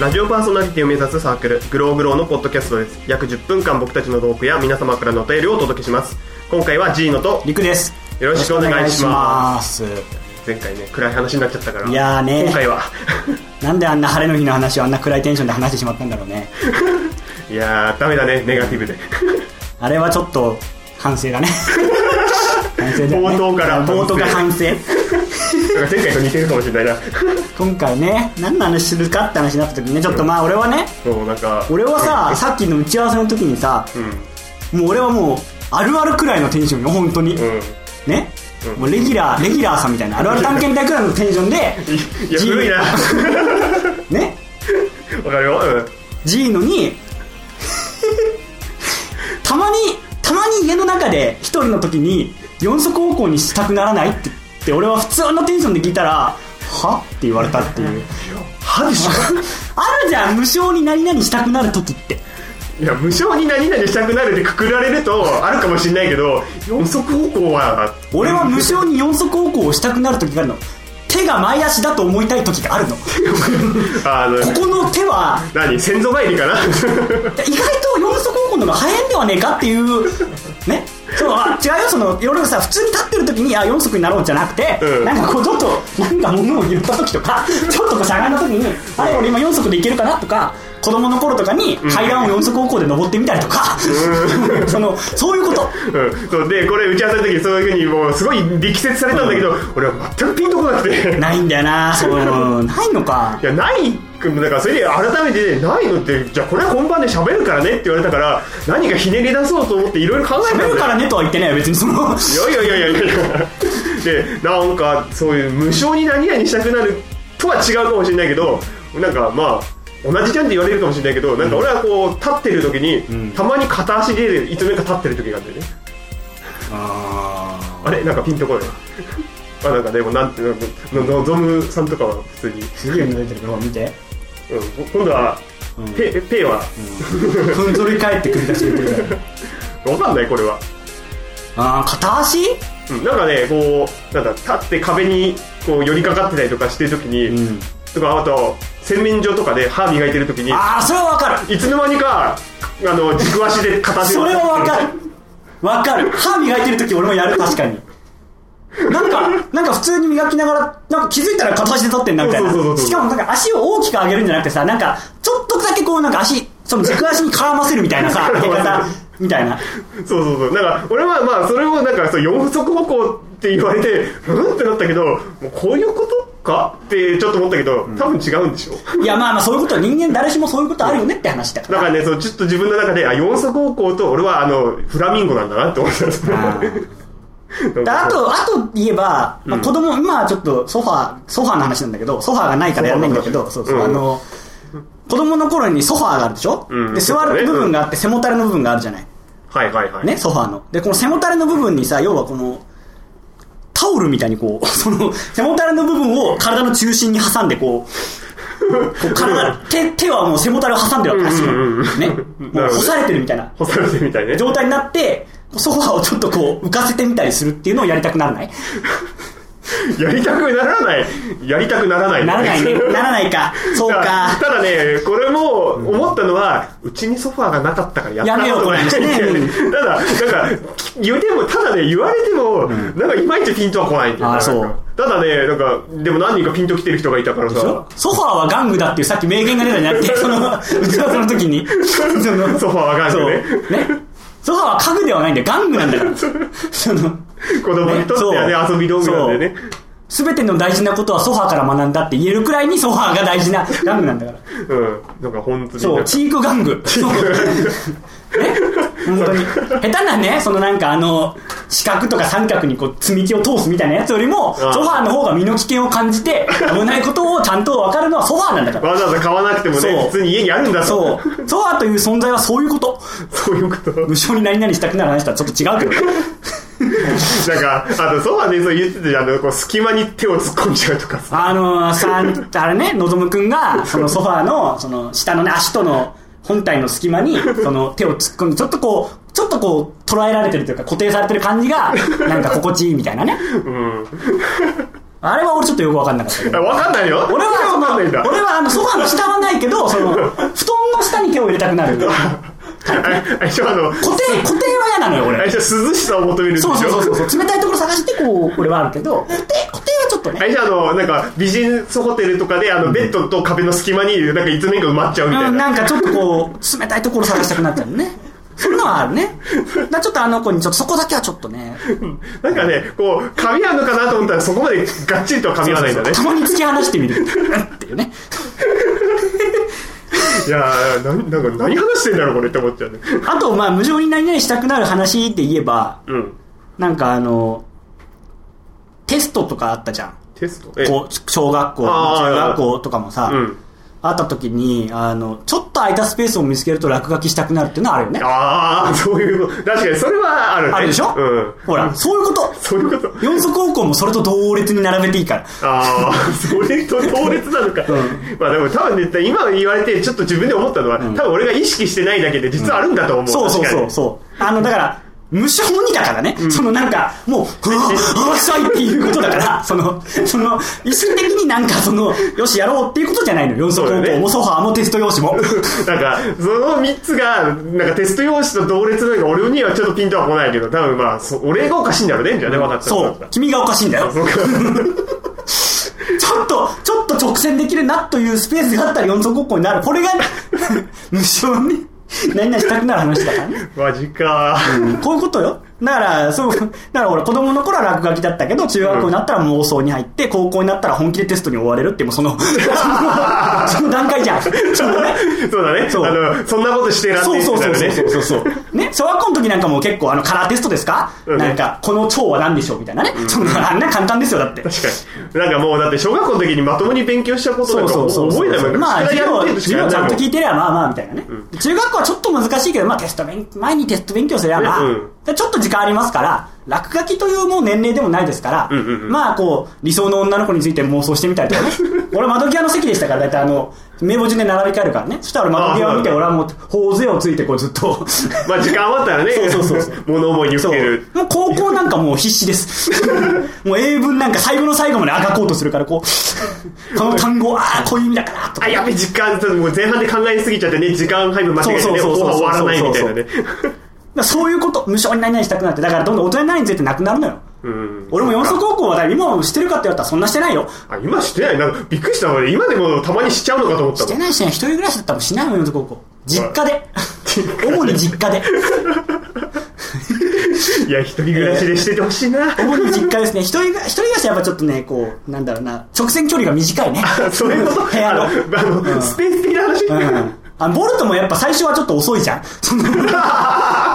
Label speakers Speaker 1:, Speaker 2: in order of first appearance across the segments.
Speaker 1: ラジオパーソナリティを目指すサークルグローグローのポッドキャストです約10分間僕たちのトークや皆様からのお便りをお届けします今回はジーノと
Speaker 2: りくです
Speaker 1: よろしくお願いします前回ね暗い話になっちゃったから
Speaker 2: いやーね
Speaker 1: 今回は
Speaker 2: なんであんな晴れの日の話をあんな暗いテンションで話してしまったんだろうね
Speaker 1: いやーダメだねネガティブで
Speaker 2: あれはちょっと反 省だね反省だね
Speaker 1: 冒頭から
Speaker 2: 冒頭から反省
Speaker 1: なんか前回と似てるかもしれないな
Speaker 2: 今回ね何の話するかって話になった時にねちょっとまあ俺はね
Speaker 1: そうなんか
Speaker 2: 俺はささっきの打ち合わせの時にさ
Speaker 1: うん
Speaker 2: もう俺はもうあるあるくらいのテンションよ本当に、
Speaker 1: うん
Speaker 2: ね、
Speaker 1: うん
Speaker 2: もうレギュラーレギュラーさんみたいなあるある探検隊くらいのテンションで
Speaker 1: いや
Speaker 2: ジー
Speaker 1: 古いなわ
Speaker 2: ね
Speaker 1: かるようん
Speaker 2: ジー ノにたまにたまに家の中で一人の時に四足歩行にしたくならないって言って俺は普通のテンションで聞いたらはって言われたっ ていう
Speaker 1: 歯でし
Speaker 2: あるじゃん無償に何々したくなる時って
Speaker 1: ょいや無償に何々したくなるってくくられるとあるかもしれないけど四足歩行は
Speaker 2: 俺は無償に四足歩行をしたくなる時があるの手が前足だと思いたい時があ るのこ
Speaker 1: あの
Speaker 2: この手は
Speaker 1: 何先祖返りかな
Speaker 2: 意外と四足歩行の方が早いんではねえかっていうねそうあ違うよそのいろいろさ普通に立ってる時にあ四足になろうじゃなくて、
Speaker 1: うん
Speaker 2: なんかこうちょっとなんか物を言った時と かちょっとこうしゃがんだ時にあれ俺今四足でいけるかなとか子供の頃とかに階段を四足歩行で登ってみたりとか、 そのそういうこと
Speaker 1: うん、そうでこれ打ち合わせの時にそういうふうにもうすごい力説されたんだけど、俺は全くピンとこなくて
Speaker 2: ないんだよなそういうのないのか
Speaker 1: いやないだからそれで改めてないのってじゃあこれは本番で喋るからねって言われたから何かひねり出そうと思っていろいろ考えたんだ
Speaker 2: 食べ
Speaker 1: よ
Speaker 2: るからねとは言ってないよ別にその
Speaker 1: いやいやいやいやいやいやでなんかそういう無償に何々したくなるとは違うかもしれないけどなんかまあ同じじゃんって言われるかもしれないけどなんか俺はこう立ってる時に、
Speaker 2: ん
Speaker 1: たまに片足でいつの間にか立ってる時があってね
Speaker 2: あ
Speaker 1: あれなんかピンと こないまあなんかでもなんていうのののぞむさんとかは普通に、
Speaker 2: ーすげえ濡れてるからほら見て
Speaker 1: うん、今度は、
Speaker 2: うん
Speaker 1: ペペイは
Speaker 2: ふんぞり返って首出してくれてるから
Speaker 1: わかんないこれは、
Speaker 2: あー片足
Speaker 1: うん、なんかねこうなんだ立って壁にこう寄りかかってたりとかしてる時に、
Speaker 2: うん
Speaker 1: とかあと洗面所とかで歯磨いてる時に
Speaker 2: ああそれはわかる
Speaker 1: いつの間にかあの軸足で片手を
Speaker 2: それはわかるわかる歯磨いてる時俺もやる確かになんかなんか普通に磨きながらなんか気づいたら片足で立ってんなみたい
Speaker 1: そうそうそう
Speaker 2: な
Speaker 1: そう
Speaker 2: しかもなんか足を大きく上げるんじゃなくてさなんかちょっとだけこうなんか足その軸足に絡ませるみたいなさ
Speaker 1: 絡ませ
Speaker 2: やり
Speaker 1: る
Speaker 2: 方みたいな
Speaker 1: そうそうそうだから俺はまあそれをなんかそう四足歩行って言われてうんってなったけどもうこういうことかってちょっと思ったけど多分違うんでしょ、
Speaker 2: いやまあまあそういうこと人間誰しもそういうことあるよねって話だか
Speaker 1: だ
Speaker 2: ら
Speaker 1: からねそうちょっと自分の中であ四足歩行と俺はあのフラミンゴなんだなって思ったんです
Speaker 2: あーだあと、あと言えば、まあ、子供、今はちょっとソファー、ソファーの話なんだけど、ソファーがないからやらないんだけど、
Speaker 1: ソ
Speaker 2: そ
Speaker 1: フ
Speaker 2: う
Speaker 1: ァー
Speaker 2: そ
Speaker 1: の
Speaker 2: う、
Speaker 1: 話
Speaker 2: あの、子供の頃にソファーがあるでしょ、
Speaker 1: うん
Speaker 2: で、座る部分があって、背もたれの部分があるじゃない。
Speaker 1: はいはいはい
Speaker 2: ね、ソファーの。で、この背もたれの部分にさ、要はこの、タオルみたいにこう、 その、背もたれの部分を体の中心に挟んでこう、こう体、手、手はもう背もたれを挟んでるわけですよ。
Speaker 1: うんうんうん
Speaker 2: ね。
Speaker 1: な
Speaker 2: もう
Speaker 1: るほど
Speaker 2: 干されてるみたいな。
Speaker 1: 干されてるみたいね
Speaker 2: 状態になって、ソファーをちょっとこう、浮かせてみたりするっていうのをやりたくならない
Speaker 1: やりたくならないやりたくならない
Speaker 2: ならないね。ならないか。そう か。
Speaker 1: ただね、これも思ったのは、うちにソファーがなかったからやった
Speaker 2: やめよう
Speaker 1: こと ないんだよ
Speaker 2: これね
Speaker 1: ね。ただ、なんか、言うても、ただね、言われても、なんかいまいちピントは来ないんだよ。
Speaker 2: あーそう
Speaker 1: なんかただね、なんか、でも何人かピント来てる人がいたから
Speaker 2: でしょ
Speaker 1: さ、
Speaker 2: ソファーは玩具だっていうさっき名言が出たじゃな くて、その、打ち合わせの時に。その
Speaker 1: ソファーは玩具ね
Speaker 2: そうね。ソファーは家具ではないんだよ。玩具なんだから。その、
Speaker 1: 子供にとってはね、
Speaker 2: そう
Speaker 1: 遊び道具なんでね。
Speaker 2: すべての大事なことはソファーから学んだって言えるくらいにソファーが大事な玩具なんだから。
Speaker 1: うん。なんか本当に
Speaker 2: そ
Speaker 1: なん
Speaker 2: う、
Speaker 1: か。
Speaker 2: チーク玩具。そう。ね本当に。下手なね、そのなんかあの、四角とか三角にこう、積み木を通すみたいなやつよりも、ソ
Speaker 1: ああ
Speaker 2: ファーの方が身の危険を感じて、危ないことをちゃんと分かるのはソファーなんだから。
Speaker 1: わざわざ買わなくても
Speaker 2: そう
Speaker 1: ね、普通に家にあるんだと
Speaker 2: そう。ソファーという存在はそういうこと。
Speaker 1: そういうこと。
Speaker 2: 無償に何々したくなる話とはちょっと違うけど。
Speaker 1: なんか、あと、ソファーね、そう言ってたじゃん、あの、こう、隙間に手を突っ込んじゃうとかさ。
Speaker 2: あのー、さ、あれね、のぞむくんが、そのソファーの、その、下のね、足との、本体の隙間に、その、手を突っ込んで、ちょっとこう、ちょっとこう、捉えられてるというか、固定されてる感じが、なんか心地いいみたいなね。
Speaker 1: うん。
Speaker 2: あれは俺ちょっとよくわかんなかったけど
Speaker 1: あわかんないよ。
Speaker 2: 俺はそ
Speaker 1: わ
Speaker 2: の
Speaker 1: かんないんだ。
Speaker 2: 俺はあのソファーの下はないけどその布団の下に手を入れたくなる固
Speaker 1: ああれでしょあの、
Speaker 2: 定固定は嫌なのよ
Speaker 1: あれ
Speaker 2: 俺
Speaker 1: でしょ涼しさを求めるんでし
Speaker 2: そ
Speaker 1: ょ
Speaker 2: うそうそうそう冷たいところ探してこう俺はある けど固定固定はちょっとね
Speaker 1: あれじゃあの、なんか、ビジネスホテルとかで、あの、ベッドと壁の隙間に、なんか、いつの間にか埋まっちゃうみた
Speaker 2: う
Speaker 1: い
Speaker 2: ん、
Speaker 1: な。
Speaker 2: なんかちょっとこう、冷たいところ探したくなっちゃうのね。そんなのはあるね。だからちょっとあの子に、ちょっとそこだけはちょっとね。
Speaker 1: なんかね、こう、噛み合うのかなと思ったら、そこまでがっちりとは噛み合わないんだね
Speaker 2: た。まに突き放してみる。っていうね。
Speaker 1: いやー、なんなんか、何話してんだろう、これって思っちゃうね。
Speaker 2: あと、まあ、無情に何々したくなる話って言えば、
Speaker 1: うん。
Speaker 2: なんかあの、テストとかあったじゃん。
Speaker 1: テストえ
Speaker 2: こう小学校、
Speaker 1: あー
Speaker 2: 中学校とかもさ、
Speaker 1: うん
Speaker 2: あった時に、あの、ちょっと空いたスペースを見つけると落書きしたくなるっていうのはあるよね。
Speaker 1: ああ、そういうこと。確かに、それはあるね。
Speaker 2: あるでしょ、
Speaker 1: うん。
Speaker 2: ほら、そういうこと。
Speaker 1: そういうこと。
Speaker 2: 四足高校もそれと同列に並べていいから。
Speaker 1: ああ、それと同列なのか。まあでも多分絶対今言われてちょっと自分で思ったのは、多分俺が意識してないだけで実はあるんだと思う。
Speaker 2: そうそう
Speaker 1: 確か
Speaker 2: そう
Speaker 1: に
Speaker 2: そう。あの、だから、無性にだからね、そのなんか、もう、あわしたいっていうことだ から、その、その、意識的になんかその、よしやろうっていうことじゃないの。四足
Speaker 1: そう
Speaker 2: 高
Speaker 1: だ
Speaker 2: 校
Speaker 1: ね
Speaker 2: もソファーもテスト用紙 も。
Speaker 1: なんか、その3つが、なんかテスト用紙と同列なのが俺にはちょっとピンとは来ないけど、多分まあ、そ俺がおかしいんだろうね、じゃあね、分かった。
Speaker 2: そ
Speaker 1: 分か
Speaker 2: う
Speaker 1: っ、
Speaker 2: 君がおかしいんだよ。
Speaker 1: たそうか。
Speaker 2: ちょっと、ちょっと直線できるなというスペースがあったら四足高校になる。これが、 無性に、何々したくなる話だからね。
Speaker 1: マジか。
Speaker 2: こういうことよ。だから、そう、だから俺子供の頃は落書きだったけど、中学校になったら妄想に入って、高校になったら本気でテストに追われるって、も うその、そのその段階じゃん。ちょうどね。
Speaker 1: そうだね。
Speaker 2: そう
Speaker 1: あの、そんなことしてらって
Speaker 2: そう
Speaker 1: い
Speaker 2: そうそうそうそううそう。ね、小学校の時なんかもう結構、あの、カラーテストですか、
Speaker 1: うん
Speaker 2: なんか、この蝶は何でしょうみたいなね。そんな、あんな簡単ですよ、だって。
Speaker 1: 確かに。なんかもう、だって小学校の時にまともに勉強したこと
Speaker 2: そ
Speaker 1: なん
Speaker 2: う
Speaker 1: かも
Speaker 2: そううそう
Speaker 1: 覚
Speaker 2: そう
Speaker 1: えないもんね。
Speaker 2: まあ、
Speaker 1: 宿題
Speaker 2: 授
Speaker 1: や
Speaker 2: 業、
Speaker 1: ってるしか
Speaker 2: 授
Speaker 1: や
Speaker 2: 業
Speaker 1: ん
Speaker 2: ち
Speaker 1: ない
Speaker 2: ゃ
Speaker 1: も
Speaker 2: ん
Speaker 1: ん
Speaker 2: と聞いてりゃまあまあみたいなね。中学校はちょっと難しいけど、まあテスト勉、前にテスト勉強すればまあ、
Speaker 1: ねうん
Speaker 2: でちょっと時間ありますから、落書きというもう年齢でもないですから、
Speaker 1: うんうんうん
Speaker 2: まあこう、理想の女の子について妄想してみたりとかね。俺窓際の席でしたから、だいたいあの、名簿順で並び替えるからね。そしたら俺窓際を見て、
Speaker 1: あー
Speaker 2: 俺はもう、頬杖をついてこうずっと。
Speaker 1: まあ時間余ったらね、
Speaker 2: そうそうそうそう
Speaker 1: 物思いにふ
Speaker 2: そう
Speaker 1: ける。
Speaker 2: もう高校なんかもう必死ですもう英文なんか最後の最後まであがこうとするからこうこの単語ああこういう意味だからとか
Speaker 1: あ、やべ、時間、ちょっともう前半で考えすぎちゃってね、時間配分間違えてね、
Speaker 2: そう
Speaker 1: 後
Speaker 2: そうそう
Speaker 1: 半終わらないみたいな
Speaker 2: そ
Speaker 1: ね
Speaker 2: う。だからそういうこと無償に何々したくなってだからどんどん大人になるについてなくなるのよ、
Speaker 1: うん
Speaker 2: 俺も四足高校はだから今もしてるかって言われたらそんなしてないよ
Speaker 1: あ、今してないなんかびっくりしたわ今でもたまにしちゃうのかと思った
Speaker 2: し
Speaker 1: も
Speaker 2: て
Speaker 1: ん。
Speaker 2: ないしない一人暮らしだったらもうしないもん四足高校実家で主に実家で
Speaker 1: いや、一人暮らしでしててほしいな。
Speaker 2: 主に実家ですね一人が一人暮らしはやっぱちょっとねこうなんだろうな直線距離が短いね
Speaker 1: そういうこと
Speaker 2: 部屋の
Speaker 1: あの、あのスペース的な話、
Speaker 2: うんあボルトもやっぱ最初はちょっと遅いじゃん。その加速が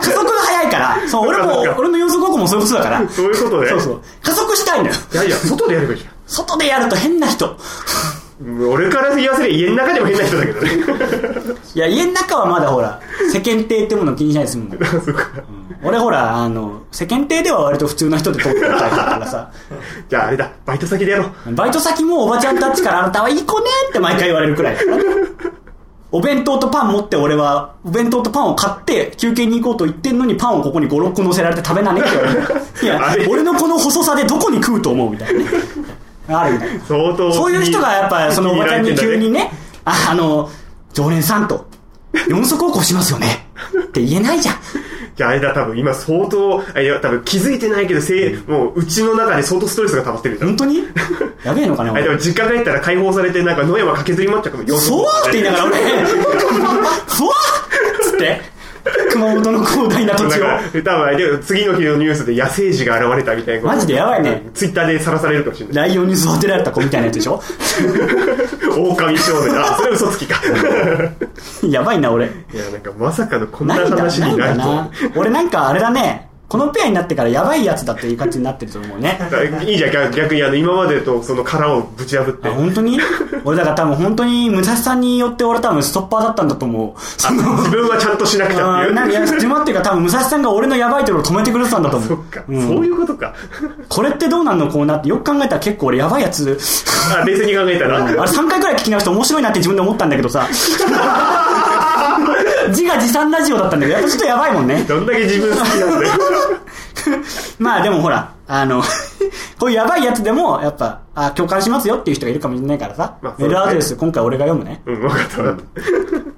Speaker 2: 早いから、そう、俺も
Speaker 1: そうか、
Speaker 2: 俺の四足高校もそういうことだから。
Speaker 1: そういうことね
Speaker 2: そうそう。加速したいのよ。
Speaker 1: いやいや、外でやればいいじゃ
Speaker 2: 外でやると変な人。
Speaker 1: んうん。俺から言わせりゃ家の中でも変な人だけどね。
Speaker 2: いや、家の中はまだほら、世間体ってもの気にしないですもん。
Speaker 1: あそうか。
Speaker 2: 俺ほら、あの、世間体では割と普通な人で通ってるタイプだからさ。
Speaker 1: じゃああれだ、バイト先でやろう。
Speaker 2: バイト先もおばちゃんたちからあなたはいい子ねって毎回言われるくらいだからねお弁当とパン持って俺はお弁当とパンを買って休憩に行こうと言ってんのにパンをここに56個乗せられて食べなねって言われるい
Speaker 1: あれ
Speaker 2: や俺のこの細さでどこに食うと思うみたいなねあるみたいな
Speaker 1: 相当。
Speaker 2: そういう人がやっぱそのおばちゃんに急に
Speaker 1: ね。
Speaker 2: ねああの常連さんと四足歩行しますよねって言えないじゃん
Speaker 1: じゃああれだ、多分今相当、あいや、多分気づいてないけど、せいもううちの中で相当ストレスが溜まってるんだ
Speaker 2: 本当にやべえのかね
Speaker 1: あ
Speaker 2: 俺
Speaker 1: でも実家帰ったら解放されてなんか野山駆けずり回っちゃうかもよ
Speaker 2: そうって言いながら俺、そうっつって、熊本の広大な土
Speaker 1: な
Speaker 2: 地
Speaker 1: ん
Speaker 2: を。
Speaker 1: か多分あれだよ次の日のニュースで野生児が現れたみたいな
Speaker 2: マジでやばいね
Speaker 1: ツイッターでさらされるかもしれない
Speaker 2: ライオンに育てられた子みたいなやつでしょ
Speaker 1: 狼少年あそれ嘘つきか
Speaker 2: やばいな、俺。
Speaker 1: いやなんかまさかのこんな
Speaker 2: ないんだ、
Speaker 1: 話
Speaker 2: ない
Speaker 1: に
Speaker 2: ん
Speaker 1: な
Speaker 2: だ
Speaker 1: ると
Speaker 2: な。俺なんかあれだね、このペアになってからやばいやつだっていう感じになってると思うね。
Speaker 1: いいじゃん逆逆にあの今までとその殻をぶち破って
Speaker 2: あ本当に俺だから多分本当に武蔵さんによって俺多分ストッパーだったんだと思う。その
Speaker 1: 自分はちゃんとしなくちゃってい
Speaker 2: うん
Speaker 1: う
Speaker 2: なんかいや自分はっていうか多分武蔵さんが俺のやばいところを止めてくれてたんだと思う
Speaker 1: そっか、
Speaker 2: うん
Speaker 1: そういうことか
Speaker 2: これってどうなんのこうなってよく考えたら結構俺やばいやつ
Speaker 1: あ冷静に考えたら、
Speaker 2: あれ3回くらい聞き直して面白いなって自分で思ったんだけ どさ 自画自賛ラジオだったんだけどやっぱちょっとやばいもんね
Speaker 1: どんだけ自分好きなんだよ
Speaker 2: まあでもほら、あの、 こういうやばいやつでも、やっぱ、あ、共感しますよっていう人がいるかもしれないからさ、
Speaker 1: まあそうだ
Speaker 2: メー
Speaker 1: ね
Speaker 2: ルアドレス、今回俺が読むね。
Speaker 1: うん、分かった分かった。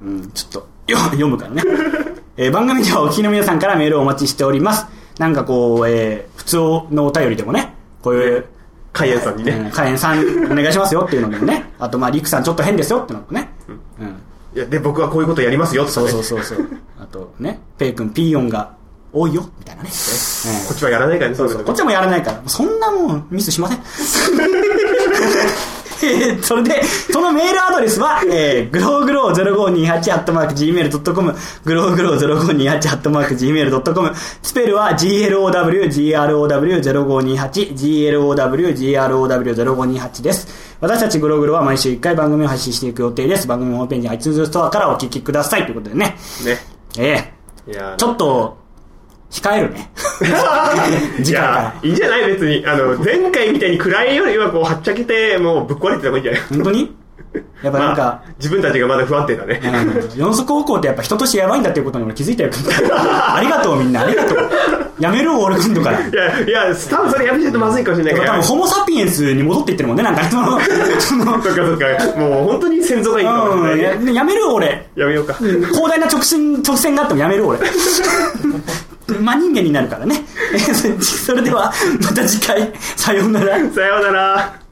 Speaker 2: うん、ちょっとよ読むからね、 えー番組ではお聞きの皆さんからメールをお待ちしておりますなんかこう、えー普通のお便りでもねこういう
Speaker 1: カイエンさんに
Speaker 2: うん
Speaker 1: ね。
Speaker 2: カエンさんお願いしますよっていう のでもねあとまあリクさんちょっと変ですよってのもねうん
Speaker 1: いや、で、僕はこういうことやりますよ、とか
Speaker 2: そう
Speaker 1: ね。
Speaker 2: そう
Speaker 1: こ
Speaker 2: そうそうあとねペイ君ピーヨンが多いよみた いなね、うん
Speaker 1: っちはやらないからね、そういう
Speaker 2: こ
Speaker 1: こ
Speaker 2: っ
Speaker 1: と。
Speaker 2: ちはもうやらないから、そんなもんミスしません。 えーそれで、そのメールアドレスは、えー、グローグロー0528 gmail.com、グローグロー0528 gmail.com、スペルは glowgrow0528glowgrow0528 です。私たちグローグローは毎週1回番組を配信していく予定です。番組ホームページ、iTunes ストアからお聞きくださいということでね。
Speaker 1: ね。
Speaker 2: ええ
Speaker 1: いやー
Speaker 2: ちょっと、控えるね。
Speaker 1: い
Speaker 2: 次回から
Speaker 1: や。、いいんじゃない別に。あの、前回みたいに暗いよりは、こう、はっちゃけて、もう、ぶっ壊れてた方がいいんじゃない
Speaker 2: 本 当にやっぱなんか
Speaker 1: まあ、自分たちがまだ不安定だね。
Speaker 2: うん四足歩行ってやっぱ人としてやばいんだっていうことに俺気づいたよ。 ありがとうみんな、ありがとう。やめろ、俺今度から。
Speaker 1: いや、いや、多分それやめちゃうとまずいかもしれないか
Speaker 2: 多
Speaker 1: ら
Speaker 2: 分。ホモサピエンスに戻っていってるもんね、なんかその、その、
Speaker 1: そっかそっか。もう本当に先祖がいいかもし
Speaker 2: うん、
Speaker 1: れな
Speaker 2: や
Speaker 1: いね。
Speaker 2: やめる俺。
Speaker 1: やめようか。
Speaker 2: 広大な直進、直線があってもや める俺。真 人間になるからね。えそれそれでは、また次回、さようなら。
Speaker 1: さようなら。